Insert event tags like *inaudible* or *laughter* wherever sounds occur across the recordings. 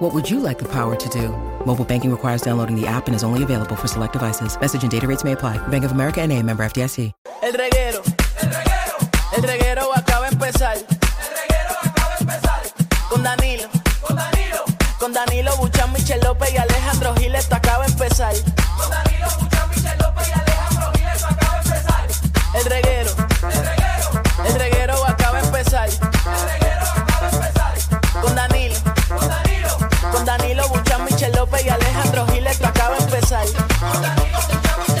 What would you like the power to do? Mobile banking requires downloading the app and is only available for select devices. Message and data rates may apply. Bank of America and a member FDIC. El reguero. El reguero. El reguero acaba de empezar. El reguero acaba de empezar. Con Danilo. Con Danilo. Con Danilo Buchan, Michel López y Alejandro Gil, esto acaba de empezar. Con Danilo Buchan, Michel López y Alejandro Gil, esto acaba de empezar. El reguero. El reguero. El reguero acaba de empezar. El reguero acaba de empezar. Con Danilo. Con Danilo. Con Danilo Buchan, Michel López y Alejandro Gil, esto acaba de empezar. Con Danilo Buchan, Michel López y Alejandro Gil, esto acaba de empezar.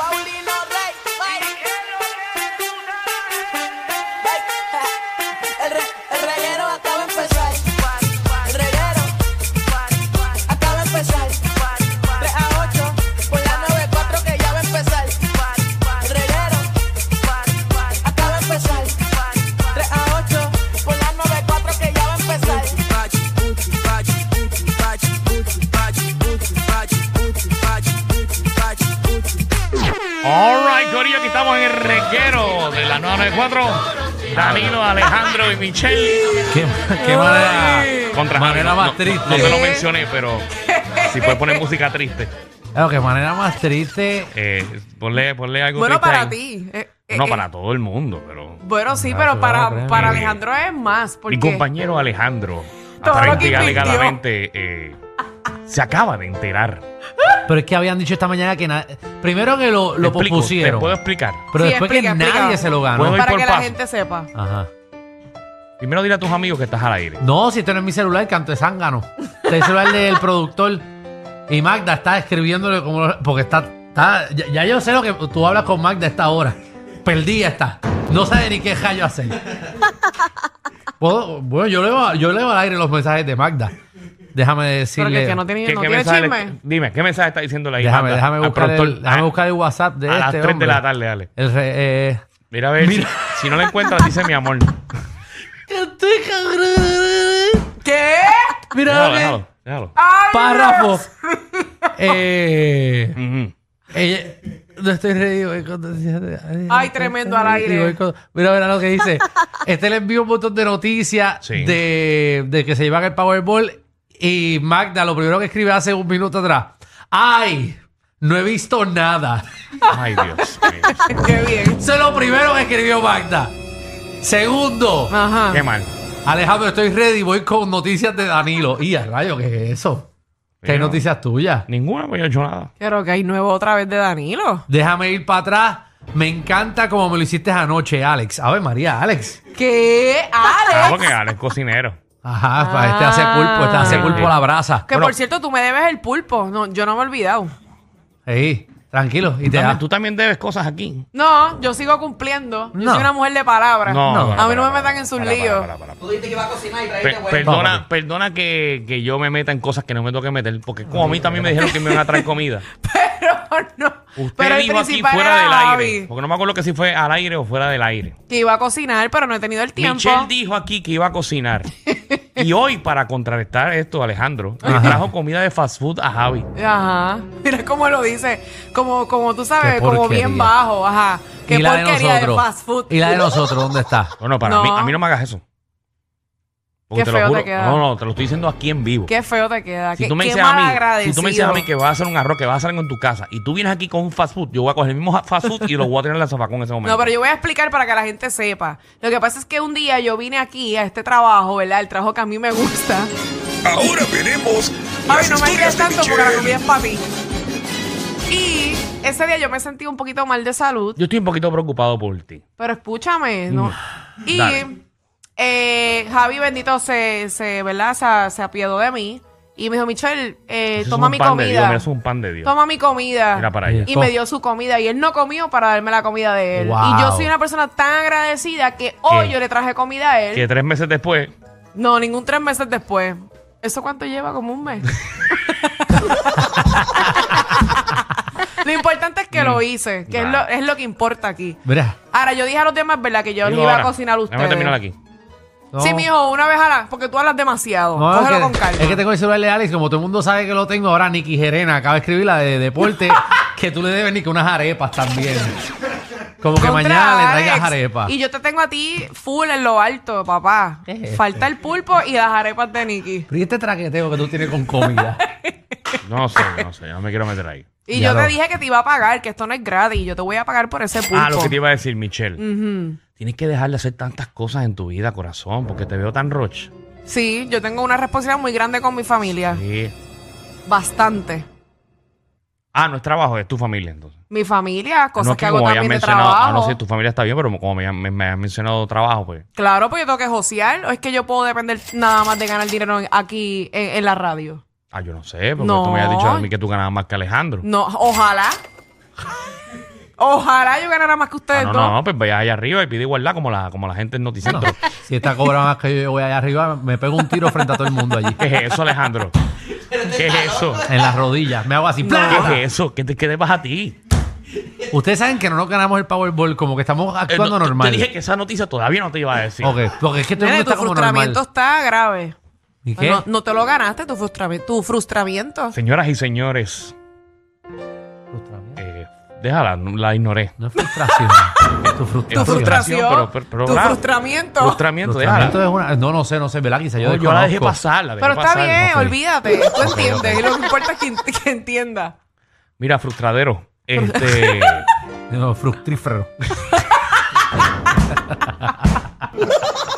Paulino Rey, El, re- el reguero acaba de empezar. El reguero acaba de empezar. 3 a 8, por la 94 que ya va a empezar. El reguero acaba de empezar. 3 a 8, por la 94 que ya va a empezar. All right, Corillo, aquí estamos en el reguero de la 994. Danilo, Alejandro y Michelle. Qué, qué manera. Contra manera Javi, no- más no- triste. No, te lo mencioné, pero si puedes poner música triste. Claro, qué manera más triste. Eh, ponle, ponle algo Bueno, triste ahí. para ti. eh, eh, No, eh, para todo el mundo, pero... Bueno, sí, Ah, pero claro, para, créeme. para Alejandro es más. Porque, Mi compañero Alejandro, Todo lo aparente que y invirtió. alegadamente, eh, se acaba de enterar. Pero es que habían dicho esta mañana que na- primero que lo, Te lo explico, propusieron. Te puedo explicar. Pero Sí, después explica, que explica. nadie se lo ganó. Voy para por que paso. la gente sepa. Ajá. Primero dile a tus amigos que estás al aire. No, si este no es mi celular, canto de zángano. Este es el celular del productor. Y Magda está escribiéndole como. Porque está. está- ya, ya yo sé lo que tú hablas con Magda a esta hora. Perdida está. No sabe ni qué rayo *laughs* hacer. Puedo- Bueno, yo leo, yo leo al aire los mensajes de Magda. Déjame pero decirle. que, que no tiene, no tiene mensaje le- chisme. *laughs* dime, ¿qué mensaje está diciendo la Déjame, Amanda déjame, al buscar productor? el, déjame A- buscar el WhatsApp de a este las 3 hombre. de la tarde, dale. El re- eh, Mira a ver Mira. Si, si no la encuentras, dice mi *laughs* amor. ¿Qué? mira Déjalo, lo que- déjalo, déjalo. Ah. Ay, párrafo. Eh, Ujú. ella- no estoy reído. voy con- Ay, tremendo al aire. Y voy con- Mira, mira lo que dice. *laughs* Este le envió un montón de noticias Sí. de, de que se llevan el Powerball. Y Magda, lo primero que escribe hace un minuto atrás. ¡Ay! No he visto nada. Ay, Dios mío. Dios, Qué bien. Eso es lo primero que escribió Magda. Segundo. Ajá. Qué mal. Alejandro, estoy ready. Voy con noticias de Danilo. Y a rayo, ¿qué es eso? ¿Qué hay Mira. noticias tuyas? Ninguna, pues yo no he hecho nada. Pero que hay nuevo otra vez de Danilo. Déjame ir para atrás. Me encanta como me lo hiciste anoche, Alex. A ver, María, Alex. ¿Qué? Ah, Alex. porque Alex es cocinero. Ajá, pa, este hace pulpo, este hace Ah. pulpo a la brasa. Que Bueno. por cierto, tú me debes el pulpo. No, yo no me he olvidado. Ey, tranquilo. Y te También- da- Ah, tú también debes cosas aquí. No, yo sigo cumpliendo. Yo No. soy una mujer de palabras. No. para, a mí no para, me para, metan en sus para, para, líos. para, para, para. Tú dijiste que iba a cocinar y Pe- trajiste huevo. perdona perdona que, que yo me meta en cosas que no me toque meter, porque como a mí también me dijeron que me iban a traer comida. Pero *laughs* no. Usted pero el dijo aquí principal fuera era del aire. Javi, Porque no me acuerdo que si fue al aire o fuera del aire. Que iba a cocinar, pero no he tenido el tiempo. Michelle dijo aquí que iba a cocinar. *laughs* y hoy, para contrarrestar esto, Alejandro, le Ajá. trajo comida de fast food a Javi. Ajá. Mira cómo lo dice. Como, como tú sabes, Qué como porquería. bien bajo. Ajá. Qué y la de porquería de, nosotros. fast food. Y la de nosotros, ¿dónde está? Bueno, para No. mí, a mí no me hagas eso. Porque Qué te feo lo te juro. queda. no, no, te lo estoy diciendo aquí en vivo. Qué feo te queda. Si qué tú, me qué dices a mí, si malagradecido. tú me dices a mí que vas a hacer un arroz, que vas a hacer algo en tu casa, y tú vienes aquí con un fast food, yo voy a coger el mismo fast food y lo voy a tener en la zafacón en ese momento. No, pero yo voy a explicar para que la gente sepa. Lo que pasa es que un día yo vine aquí a este trabajo, ¿verdad? El trabajo que a mí me gusta. Ahora veremos Ay, las no me digas historias de tanto porque la comida Michelle. es para mí. Y ese día yo me sentí un poquito mal de salud. Yo estoy un poquito preocupado por ti. Pero escúchame, ¿no? Mm. Y Dale. eh, Javi bendito se, se, ¿verdad? Se, se apiadó de mí. Y me dijo, Michelle, eh, Eso es toma un mi pan De Dios, mira, comida. eso es un pan de Dios. Toma mi comida. Mira para allá. Mira. Y me dio su comida. Y él no comió para darme la comida de él. Wow. Y yo soy una persona tan agradecida que hoy yo le traje comida a él. Que tres meses después, No, ningún tres meses después. *laughs* ¿Eso cuánto lleva? Como un mes. Lo importante es que Mm. lo hice, que es, lo, es lo que importa aquí. Mira. Ahora, yo dije a los demás, ¿verdad? Que yo les Digo iba a ahora, cocinar a Déjame terminar ustedes. aquí. no. Sí, mijo, una vez a la... Porque tú hablas demasiado. No, Cógelo es, con que, calma. es que tengo el celular de Alex, como todo el mundo sabe que lo tengo, ahora Nicky Gerena acaba de escribir la de *laughs* deporte, que tú le debes ni que unas arepas también. Como que Contra, mañana le Alex. traigas arepas. Y yo te tengo a ti full en lo alto, papá. ¿Qué es este? Falta el pulpo y las arepas de Nicky. Pero ¿y este traqueteo que tú tienes con comida. No sé, no *laughs* sé, no me quiero meter ahí. Y Ya yo lo- te dije que te iba a pagar, que esto no es gratis. Yo te voy a pagar por ese pulpo. Ah, lo que te iba a decir, Michelle. Ujú. Tienes que dejar de hacer tantas cosas en tu vida, corazón, porque te veo tan roche. Sí, yo tengo una responsabilidad muy grande con mi familia. Sí. Bastante. Ah, no es trabajo, es tu familia, entonces. Mi familia, cosas no es que hago como hayas también de mencionado, ah, no trabajo. sé, tu familia está bien, pero como me, me- me has mencionado trabajo, pues. Claro, pues yo tengo que josear. ¿O es que yo puedo depender nada más de ganar dinero en- aquí en, en la radio? Ah, yo no sé, porque No. tú me habías dicho a mí que tú ganabas más que Alejandro. No, ojalá. ojalá yo ganara más que Ah, ustedes no, dos. no, pues vaya allá arriba y pide igualdad como la, como la gente en No, Noticentro. si esta cobra más que yo, yo voy allá arriba, me pego un tiro frente a todo el mundo allí. ¿Qué es eso, *laughs* Alejandro? ¿Qué es eso? En las rodillas. Me hago así. ¡plá! ¿Qué es eso? ¿Qué te, qué te pasa a ti? Ustedes saben que no nos ganamos el Powerball, como que estamos Eh, actuando no, te- normal. Te dije que esa noticia todavía no te iba a decir. Ok, porque es que todo el mundo Nene, tu está como normal. frustramiento está grave. ¿Y qué? No, no te lo ganaste, tu frustramiento. Tu frustramiento. Señoras y señores, Frustramiento. eh, déjala, no- la ignoré. No es frustración. es tu Tu frustración. frustración. pero- pero- pero- tu bravo. frustramiento. Frustramiento, déjala. Frustramiento es una... No, no sé, no sé, ¿verdad? Quizá yo No, yo la dejé desconozco. pasar, la dejé pero está pasar. bien, ok. olvídate. Tú entiendes. Lo que importa es que, ent- que entienda. Mira, frustradero. *laughs* Este, No, *laughs* fructífero.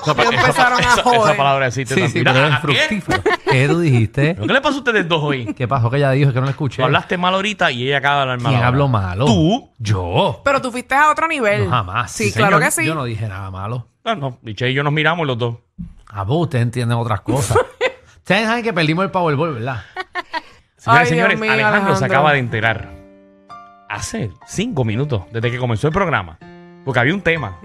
esa, pa- Ya empezaron esa- a esa joder. palabra existe Sí, también. sí, Mira, pero ¿a es qué? fructífero. ¿Qué tú dijiste? ¿Pero ¿Qué le pasó a ustedes dos *laughs* hoy? ¿Qué pasó que ella dijo que no la escuché? Tú hablaste mal ahorita y ella acaba de hablar mal. ¿Quién ahora. habló malo? ¿Tú? Yo. Pero tú fuiste a otro nivel. No, jamás. Sí, claro señor. que sí. Yo no dije nada malo. No, Ah, no, Michelle y yo nos miramos los dos. A vos ustedes entienden otras *laughs* cosas. ustedes saben que perdimos el Powerball, ¿verdad? Señoras y Dios señores, mío, Alejandro, se Alejandro. acaba de enterar hace cinco minutos desde que comenzó el programa. Porque había un *laughs* tema.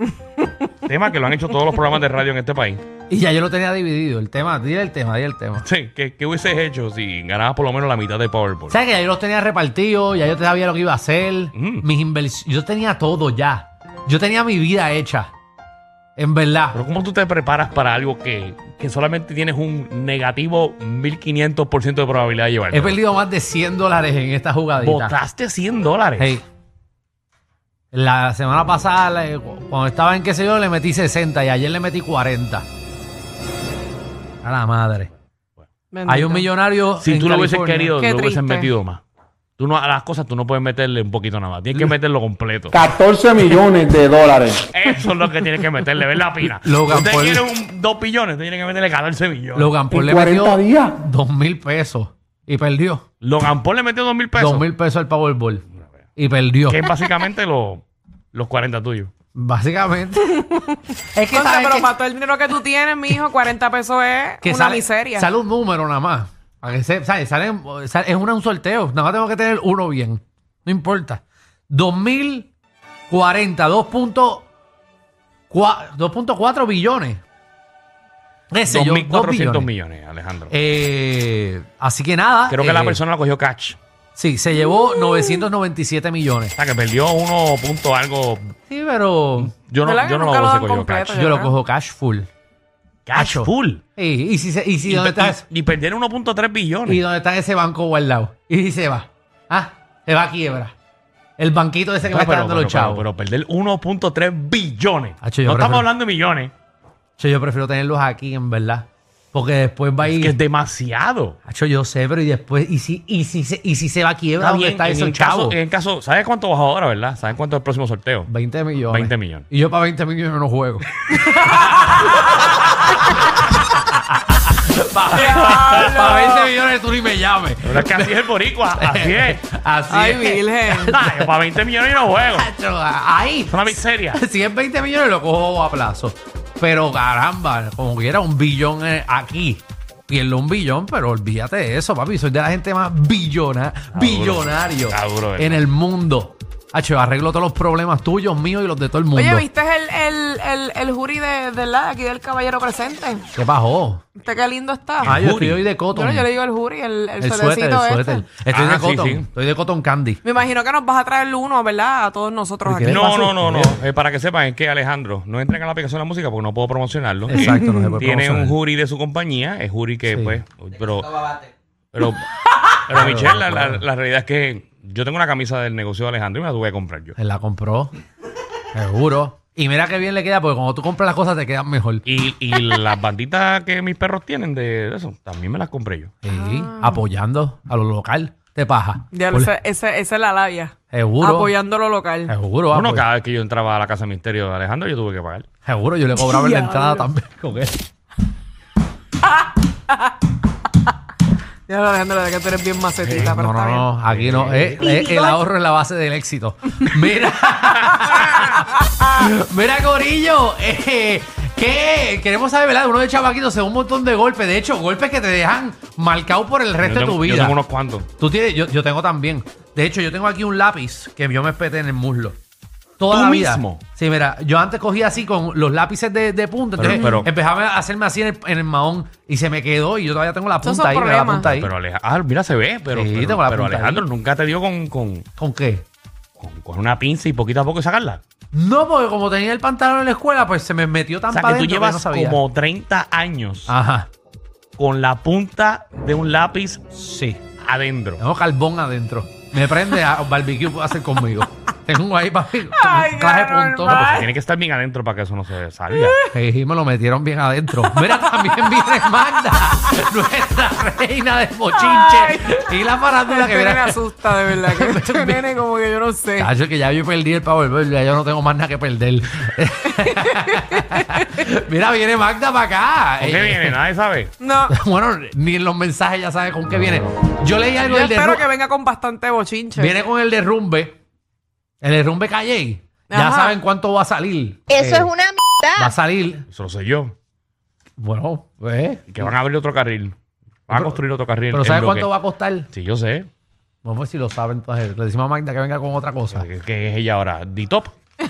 tema que lo han hecho todos los programas de radio en este país. Y ya yo lo tenía dividido. El tema, dile el tema, dile el tema. Sí, ¿qué, qué hubieses hecho si ganabas por lo menos la mitad de Powerball? ¿Sabes que ya yo los tenía repartidos? Ya yo sabía lo que iba a hacer. Mm. Mis inversiones. Yo tenía todo ya. Yo tenía mi vida hecha. En verdad. Pero ¿cómo tú te preparas para algo que, que solamente tienes un negativo 1500% de probabilidad de llevar? He perdido más de 100 dólares en esta jugadita. Botaste 100 dólares. Hey. La semana pasada, la- cuando estaba en qué sé yo, le metí 60 y ayer le metí 40. A la madre. Bendito. Hay un millonario. Si en tú lo hubieses California. querido, Qué lo hubieses triste. metido más. Tú no, a las cosas tú no puedes meterle un poquito nada más. Tienes que meterlo completo. 14 millones de dólares. Eso es lo que tienes que meterle, ¿ves la pina? Logan Usted Paul. quiere un 2 billones, usted tiene que meterle 14 millones. Logan Paul En le metió 40 días. 2 mil pesos y perdió. Logan Paul le metió 2 mil pesos. 2 mil pesos al Powerball y perdió. Que es básicamente lo- los 40 tuyos. Básicamente. es Entonces, sabes pero que- para todo el dinero que tú tienes, mijo, 40 pesos es que una sale, miseria. sale un número nada más. Para que se- ¿sabes? Sale- sale- es una- un sorteo. Nada más tengo que tener uno bien. No importa. 2040, 2.4 2.4 billones. Qué sé yo, 2.400 dos millones, Alejandro. Eh, así que nada. Creo que la eh, persona lo cogió catch. Sí, se llevó 997 O millones. sea, que perdió uno punto algo. Sí, pero Yo no, ¿Verdad que yo no lo nunca hubiese lo dan cogido completo? catch. yo lo cojo cash full. Catch full. Sí, y si, se- y si Y, dónde está y- eso? y perder 1.3 ¿Y billones. dónde está ese banco guardado? Y se va. Ah, se va a quiebra. El banquito ese que No, me está dando los pero, chavos. pero perder 1.3 billones. Hacho, yo no prefiero- estamos hablando de millones. Che, yo prefiero tenerlos aquí, en verdad. Porque después va a Es ir. que es demasiado. Hacho, yo sé, pero y después. ¿Y si, y si, se, y si se va a quiebra? Está ¿Dónde bien, está en eso, el caso, chavo? en el caso, ¿sabes cuánto bajó ahora, verdad? ¿Sabes cuánto es el próximo sorteo? 20 millones. 20 millones. Y yo para 20 millones *laughs* no juego. Diablo. para 20 millones tú ni me llames. Pero es que así es el boricua, así es. *laughs* Así Ay, es. virgen. Ay, para 20 millones yo no juego. Es Hacho, ahí. una miseria. *laughs* Si es 20 millones lo cojo a plazo. Pero caramba, como quiera, un billón eh, aquí. Pierdo un billón, pero olvídate de eso, papi. Soy de la gente más billona, duro. billonario Está duro, ¿verdad? en el mundo. Hacho, arreglo todos los problemas tuyos, míos y los de todo el mundo. Oye, ¿viste el, el, el, el jury de, de la, aquí del caballero presente? ¿Qué bajó? Usted qué lindo está. Ah, jury. yo estoy hoy de yo, cotton. no, yo le digo el jury, el, el, el suéter, el suétercito este. suéter. Estoy Ah, de sí, cotton. sí. Estoy de cotton candy. Me imagino que nos vas a traer uno, ¿verdad? A todos nosotros ¿Por qué? aquí. le No, pasa a no, no, no. usted? Eh, para que sepan, es que Alejandro no entren a la aplicación de la música porque no puedo promocionarlo. Exacto, no se puede Tiene un promocionar. jury de su compañía, es jury que, Sí. pues, pero. Pero, pero Michelle, la, la- la realidad es que yo tengo una camisa del negocio de Alejandro y me la tuve que comprar yo. Él la compró. Seguro. Y mira qué bien le queda, porque cuando tú compras las cosas te quedan mejor. Y, *laughs* y las banditas que mis perros tienen de eso, también me las compré yo. Sí, apoyando a lo local. Te paja. Ah. Ya lo Por- sé, ese- esa es la labia. Seguro. Apoyando lo local. Seguro, Bueno, apoy- cada vez que yo entraba a la casa de misterio de Alejandro, yo tuve que pagar. seguro. Yo le cobraba en la entrada también con él. Ya lo Alejandro, de que tú eres bien macetita, pero No, está no, bien. no. Aquí no. Eh, eh, el ahorro es la base del éxito. *laughs* Mira. Mira, Corillo. Eh, ¿Qué? Queremos saber, ¿verdad? Uno de chavaquitos se da un montón de golpes. De hecho, golpes que te dejan marcado por el Yo resto de tengo- tu Yo vida. tengo unos cuantos. Tú tienes, yo, yo tengo también. De hecho, yo tengo aquí un lápiz que yo me peté en el muslo. Toda ¿Tú la vida. mismo? Sí, mira, yo antes cogía así con los lápices de, de punta. Pero- Entonces pero- empezaba a hacerme así en el, en el mahón y se me quedó y yo todavía tengo la Esos punta ahí, son mira, la problemas. punta ahí. Pero Alejandro, ah, mira, se ve, pero, Sí, pero- tengo la pero punta Alejandro ahí. nunca te dio con, con, ¿Con qué? con- con una pinza y poquito a poco y sacarla. No, porque como tenía el pantalón en la escuela, pues se me metió tan O sea, pa' que tú dentro llevas no sabía. Ah. como 30 años Ajá, con la punta de un lápiz sí. adentro. Tengo carbón adentro. Me prende a barbecue, puede hacer *laughs* conmigo. tengo ahí para Ay, un clase qué punto. normal. pues, Tiene que estar bien adentro para que eso no se salga. Sí, me lo metieron bien adentro. Mira, también viene Magda, nuestra reina del Ay. bochinche. Y la farándula Este que nene viene. asusta, de verdad. Que *laughs* este nene como que yo no sé. Cacho, que ya yo perdí el Powerball, ya yo no tengo más nada que *laughs* perder. Mira, viene Magda para acá. ¿Con qué Eh, viene? Nadie sabe. No, Bueno, ni en los mensajes ya sabes con qué viene. Yo leí algo yo del espero derrumbe. que venga con bastante bochinche. Viene con el derrumbe. El derrumbe Calle. Ya Ajá. saben cuánto va a salir. Eso Eh, es una Va a mierda. salir. Eso lo sé yo. Bueno, eh. Que van a abrir otro carril. Van a Pero- construir otro carril. Pero en ¿sabes lo cuánto que- va a costar? Sí, yo sé. Vamos a ver pues, si lo saben. Entonces, le decimos a Magda que venga con otra cosa. ¿Qué qué es ella ahora? D-Top. *laughs*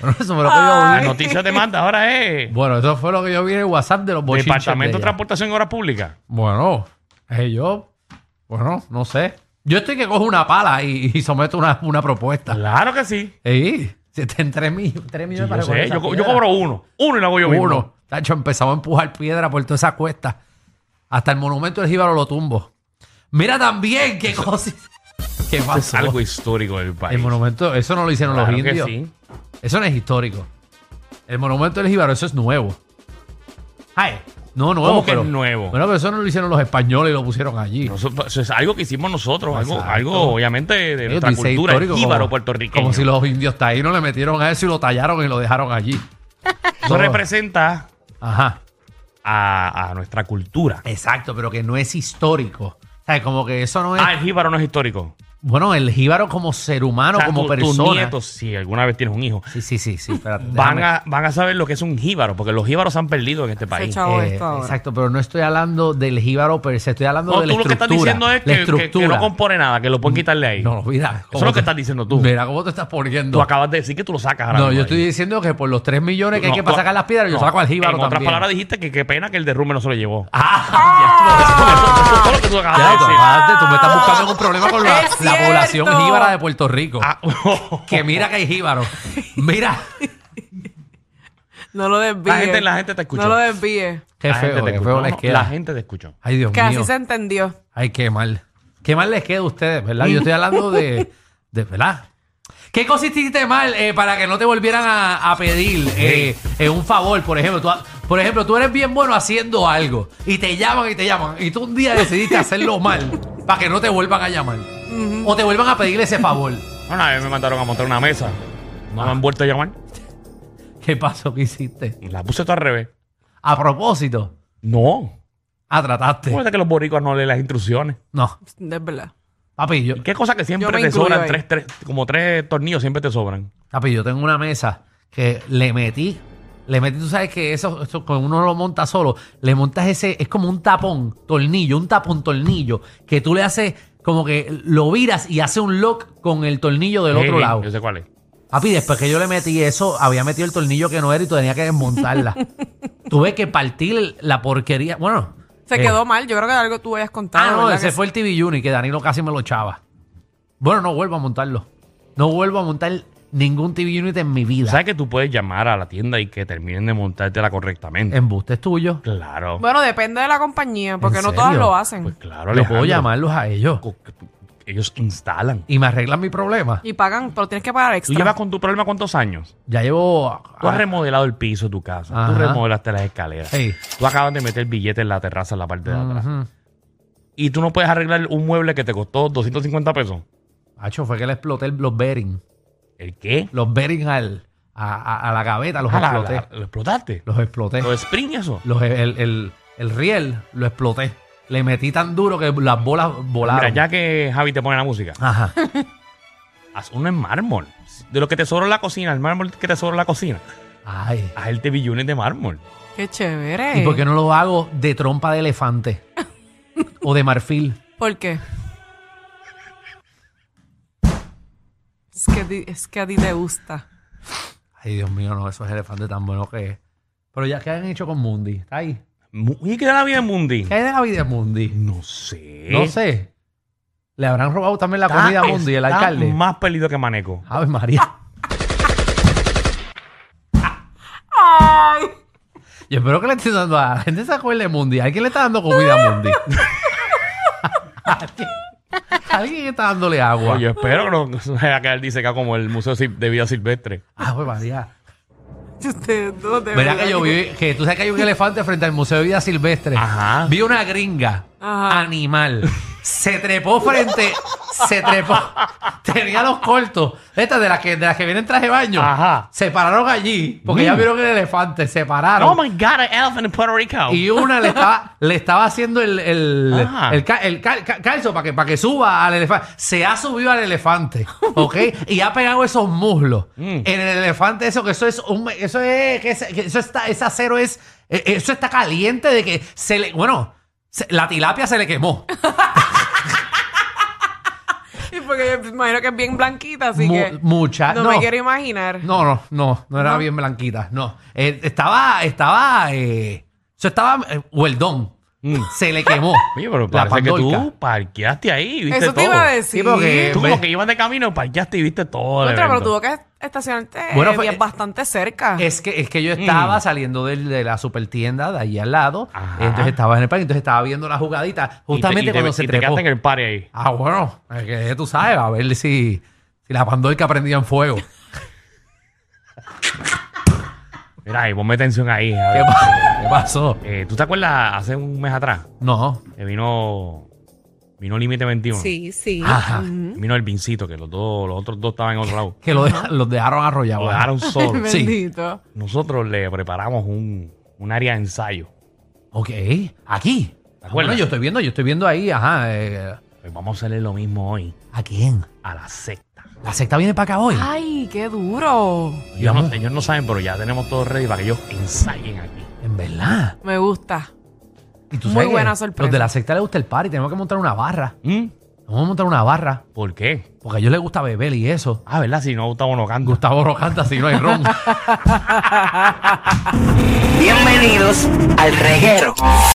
Bueno, eso fue lo que yo La vi. noticia te manda ahora es. Bueno, eso fue lo que yo vi en el WhatsApp de los bochinches. Departamento de de ella. Transportación y Obras Públicas. Bueno, eh, yo, bueno, no sé. Yo estoy que cojo una pala y, y someto una, una propuesta. Claro que sí. Ey, si está en tres millones, tres Sí, yo, millones para coger sé. esa Yo, co- yo piedra. cobro uno. Uno y lo hago yo mismo. Uno. Tacho, empezamos a empujar piedra por toda esa cuesta. Hasta el monumento del Jíbaro lo tumbo. Mira también qué cosa. *laughs* ¿Qué Es pasó? algo histórico del país. El monumento, eso no lo hicieron Claro los que indios. sí. Eso no es histórico. El monumento del Jíbaro, eso es nuevo. Ay, no, nuevo. ¿Cómo que pero, es nuevo? Bueno, pero eso no lo hicieron los españoles y lo pusieron allí. Nosotros- eso es algo que hicimos nosotros, algo, Exacto. algo obviamente de Ellos nuestra dicen cultura, el histórico jíbaro como- puertorriqueño. Como si los indios taínos le metieron a eso y lo tallaron y lo dejaron allí. *laughs* Eso representa Ajá. a, a nuestra cultura. Exacto, pero que no es histórico. O sea, como que eso no es. Ah, el jíbaro no es histórico. Bueno, el jíbaro como ser humano, O sea, como tu- tus persona. nietos, si alguna vez tienes un hijo, Sí, sí, sí, sí. Espérate, van déjame- a, van a saber lo que es un jíbaro, porque los jíbaros se han perdido en este país. echado Eh, esto ahora. exacto, pero no estoy hablando del jíbaro, pero se estoy hablando No, de tú la lo que estructura. estás diciendo es la que, que- que estructura. Mm, no compone nada, que lo pueden quitarle ahí. No, mira. Eso es cómo lo que te- estás diciendo tú. Mira cómo te estás poniendo. Tú acabas de decir que tú lo sacas ahora No, mismo yo ahí. estoy diciendo que por los 3 millones que No, hay que tú- para sacar las piedras, yo no, saco al jíbaro En otras también. palabras dijiste que qué pena que el derrumbe no se lo llevó. *laughs* *laughs* ¡Ah! Eso es lo que tú acabas de Ya, decir. tomaste, tú me estás buscando un problema con la, Es la población cierto. jíbara de Puerto Rico. *laughs* Ah, Que mira que hay jíbaros. *laughs* Mira. No lo desvíes. La gente- la gente te escuchó. No lo desvíes. *laughs* Qué La gente feo, te qué escuchó. feo No, les no, queda. La gente te escuchó. Ay, Dios Que mío. así se entendió. Ay, qué mal. Qué mal les queda a ustedes, ¿verdad? Yo estoy hablando de. de ¿Verdad? ¿Qué cosa hiciste mal eh, para que no te volvieran a, a pedir eh, eh, un favor? Por ejemplo, tú, ha- por ejemplo, tú eres bien bueno haciendo algo y te llaman y te llaman y tú un día decidiste hacerlo mal para que no te vuelvan a llamar o te vuelvan a pedir ese favor. Una vez me mandaron a montar una mesa. No me han vuelto a llamar. ¿Qué pasó que hiciste? La puse todo al revés. A propósito, No. ah, trataste. Acuérdate que los boricuas no leen las instrucciones. No, Es verdad. papi, yo, ¿Qué cosa que Yo siempre me te incluyo sobran? ahí. Tres, tres, como tres tornillos siempre te sobran. Papi, yo tengo una mesa que le metí. Le metí, tú sabes que eso, eso cuando uno lo monta solo, le montas ese, es como un tapón, tornillo, un tapón, tornillo, que tú le haces como que lo viras y hace un lock con el tornillo del Sí, otro sí, lado. Eh, Yo sé cuál es. Papi, después que yo le metí eso, había metido el tornillo que no era y tenía que *laughs* desmontarla. Tuve que partir el- la porquería. Bueno. Se eh, quedó mal. Yo creo que algo tú habías contado. Ah, no, ¿verdad? ese Que fue el TV Uni que Danilo casi me lo echaba. Bueno, no vuelvo a montarlo. No vuelvo a montar ningún TV Unit en mi vida. ¿Sabes que tú puedes llamar a la tienda y que terminen de montártela correctamente? Embuste es tuyo. Claro. Bueno, depende de la compañía, porque ¿En no todas serio? lo hacen. Pues claro, Yo puedo Alejandro. llamarlos a ellos Co- que tú- Ellos instalan. y me arreglan mi problema. Y pagan, pero tienes que pagar ¿Tú extra. llevas con tu problema cuántos años? Ya llevo. Tú has ah, remodelado el piso de tu casa. Tú Ajá. remodelaste las escaleras. Sí. Tú acabas de meter billetes en la terraza, en la parte de atrás. ujú. Y tú no puedes arreglar un mueble que te costó 250 pesos. Hacho, fue que le exploté el- los bearings. ¿El qué? Los bearings al, a, a- a la gaveta, los Ah, la- Pues- exploté. la- ¿Lo explotaste? Los exploté. ¿Lo spring eso? Los- el, el- el riel lo exploté. Le metí tan duro que las bolas volaron. Mira, ya que Javi te pone la música, *laughs* Ajá. haz uno en mármol. De lo que te sobró en la cocina, el mármol que te sobró en la cocina, Ay. haz el TV unit de mármol. Qué chévere. ¿Y por qué no lo hago de trompa *laughs* de elefante? o de marfil. ¿Por qué? Es que, a ti- es que a ti te gusta. *laughs* Ay, Dios mío, no, esos elefantes tan buenos que es. Pero ya, ¿qué han hecho con Mundi? Está ahí. Mu- ¿Y qué da la vida en Mundi? ¿Qué hay de la vida de Mundi? No sé. No sé. ¿Le habrán robado también la comida a Eh. Está- Mundi, el está alcalde? más perdido que Maneco. Ave María. ¡Ay! Yo espero que le esté dando a la gente se acuerde de Mundi. ¿Alguien le está dando comida a Mundi? ¿Alguien- ¿Alguien está dándole agua? Oye, espero que no *laughs* que se vaya a quedar diseca como el Museo Sil- de Vida Silvestre. Ave María. Ustedes dos, de Verá verdad que yo vi que tú sabes que hay un elefante frente al Museo de Vida Silvestre. Ajá. Vi una gringa, Ajá. animal. Se trepó frente, se trepó. Tenía los cortos. Estas de las que, de las que vienen traje de baño. Ajá. Se pararon allí. Porque ya Mm. vieron el elefante. Se pararon. Oh my God, an elephant in Puerto Rico. Ah, y una le estaba, le estaba haciendo el, el, Ajá. el ca- el cal- ca- calzo para que, para que suba al elefante. Se ha subido al *laughs* elefante, ¿ok? y ha pegado esos muslos Mm. en el elefante. Eso que eso es un, eso es, que es- que eso está, ese acero es, eh, eso está caliente de que se le, bueno, se- la tilapia se le quemó. Y porque yo me imagino que es bien blanquita, así Mu- que. mucha- No, no. me quiero imaginar. No, no, no, no era bien blanquita, no. Eh, estaba, estaba, eh, eso estaba eh, hueldón. Mm. Se le quemó. Oye, pero la parece que pandorca. tú parqueaste ahí y viste Eso todo. te iba a decir. Sí, porque- Tú Ve. como que ibas de camino, parqueaste y viste todo. el Contra, pero evento. tuvo que estacionarte Bueno, eh, fue- Eh, bien bastante cerca. Es que, es que yo Mm. estaba saliendo del- de, la supertienda de ahí al lado. Ajá. Entonces estaba en el parque, entonces estaba viendo la jugadita. Y te- Justamente y te, cuando se y te trepó. quedaste en el party ahí. Ah, bueno, es que tú sabes, a ver si, si la pandorca prendía *laughs* en fuego. Mira, y ponme tensión ahí. a ¿Qué, ver. pa- qué pasó? Eh, ¿Tú te acuerdas hace un mes atrás? No. Que vino. Vino Límite 21. Sí, sí. Ajá. Vino el Vincito, que los dos, los otros dos estaban en otro *laughs* lado. Que lo deja- los dejaron arrollados. Lo *laughs* dejaron solo. Sí. Bendito. Nosotros le preparamos un, un área de ensayo. Ok. Aquí. Ah, Bueno, acuerdas? yo estoy viendo, yo estoy viendo ahí, ajá. eh, Pues vamos a hacerle lo mismo hoy ¿A quién? a la secta. La secta viene para acá hoy. Ah. Ay, qué duro. Ellos no, Vamos. ellos no saben, pero ya tenemos todo ready para que ellos ensayen aquí. En verdad. Me gusta. Y tú Muy sabes que buena sorpresa. Los de la secta les gusta el party, tenemos que montar una barra. ¿Mm? Vamos a montar una barra. ¿Por qué? Porque a ellos les gusta beber y eso. Ah, ¿verdad? Si no, Gustavo no canta. Gustavo no canta si no hay ron. Bienvenidos al reguero.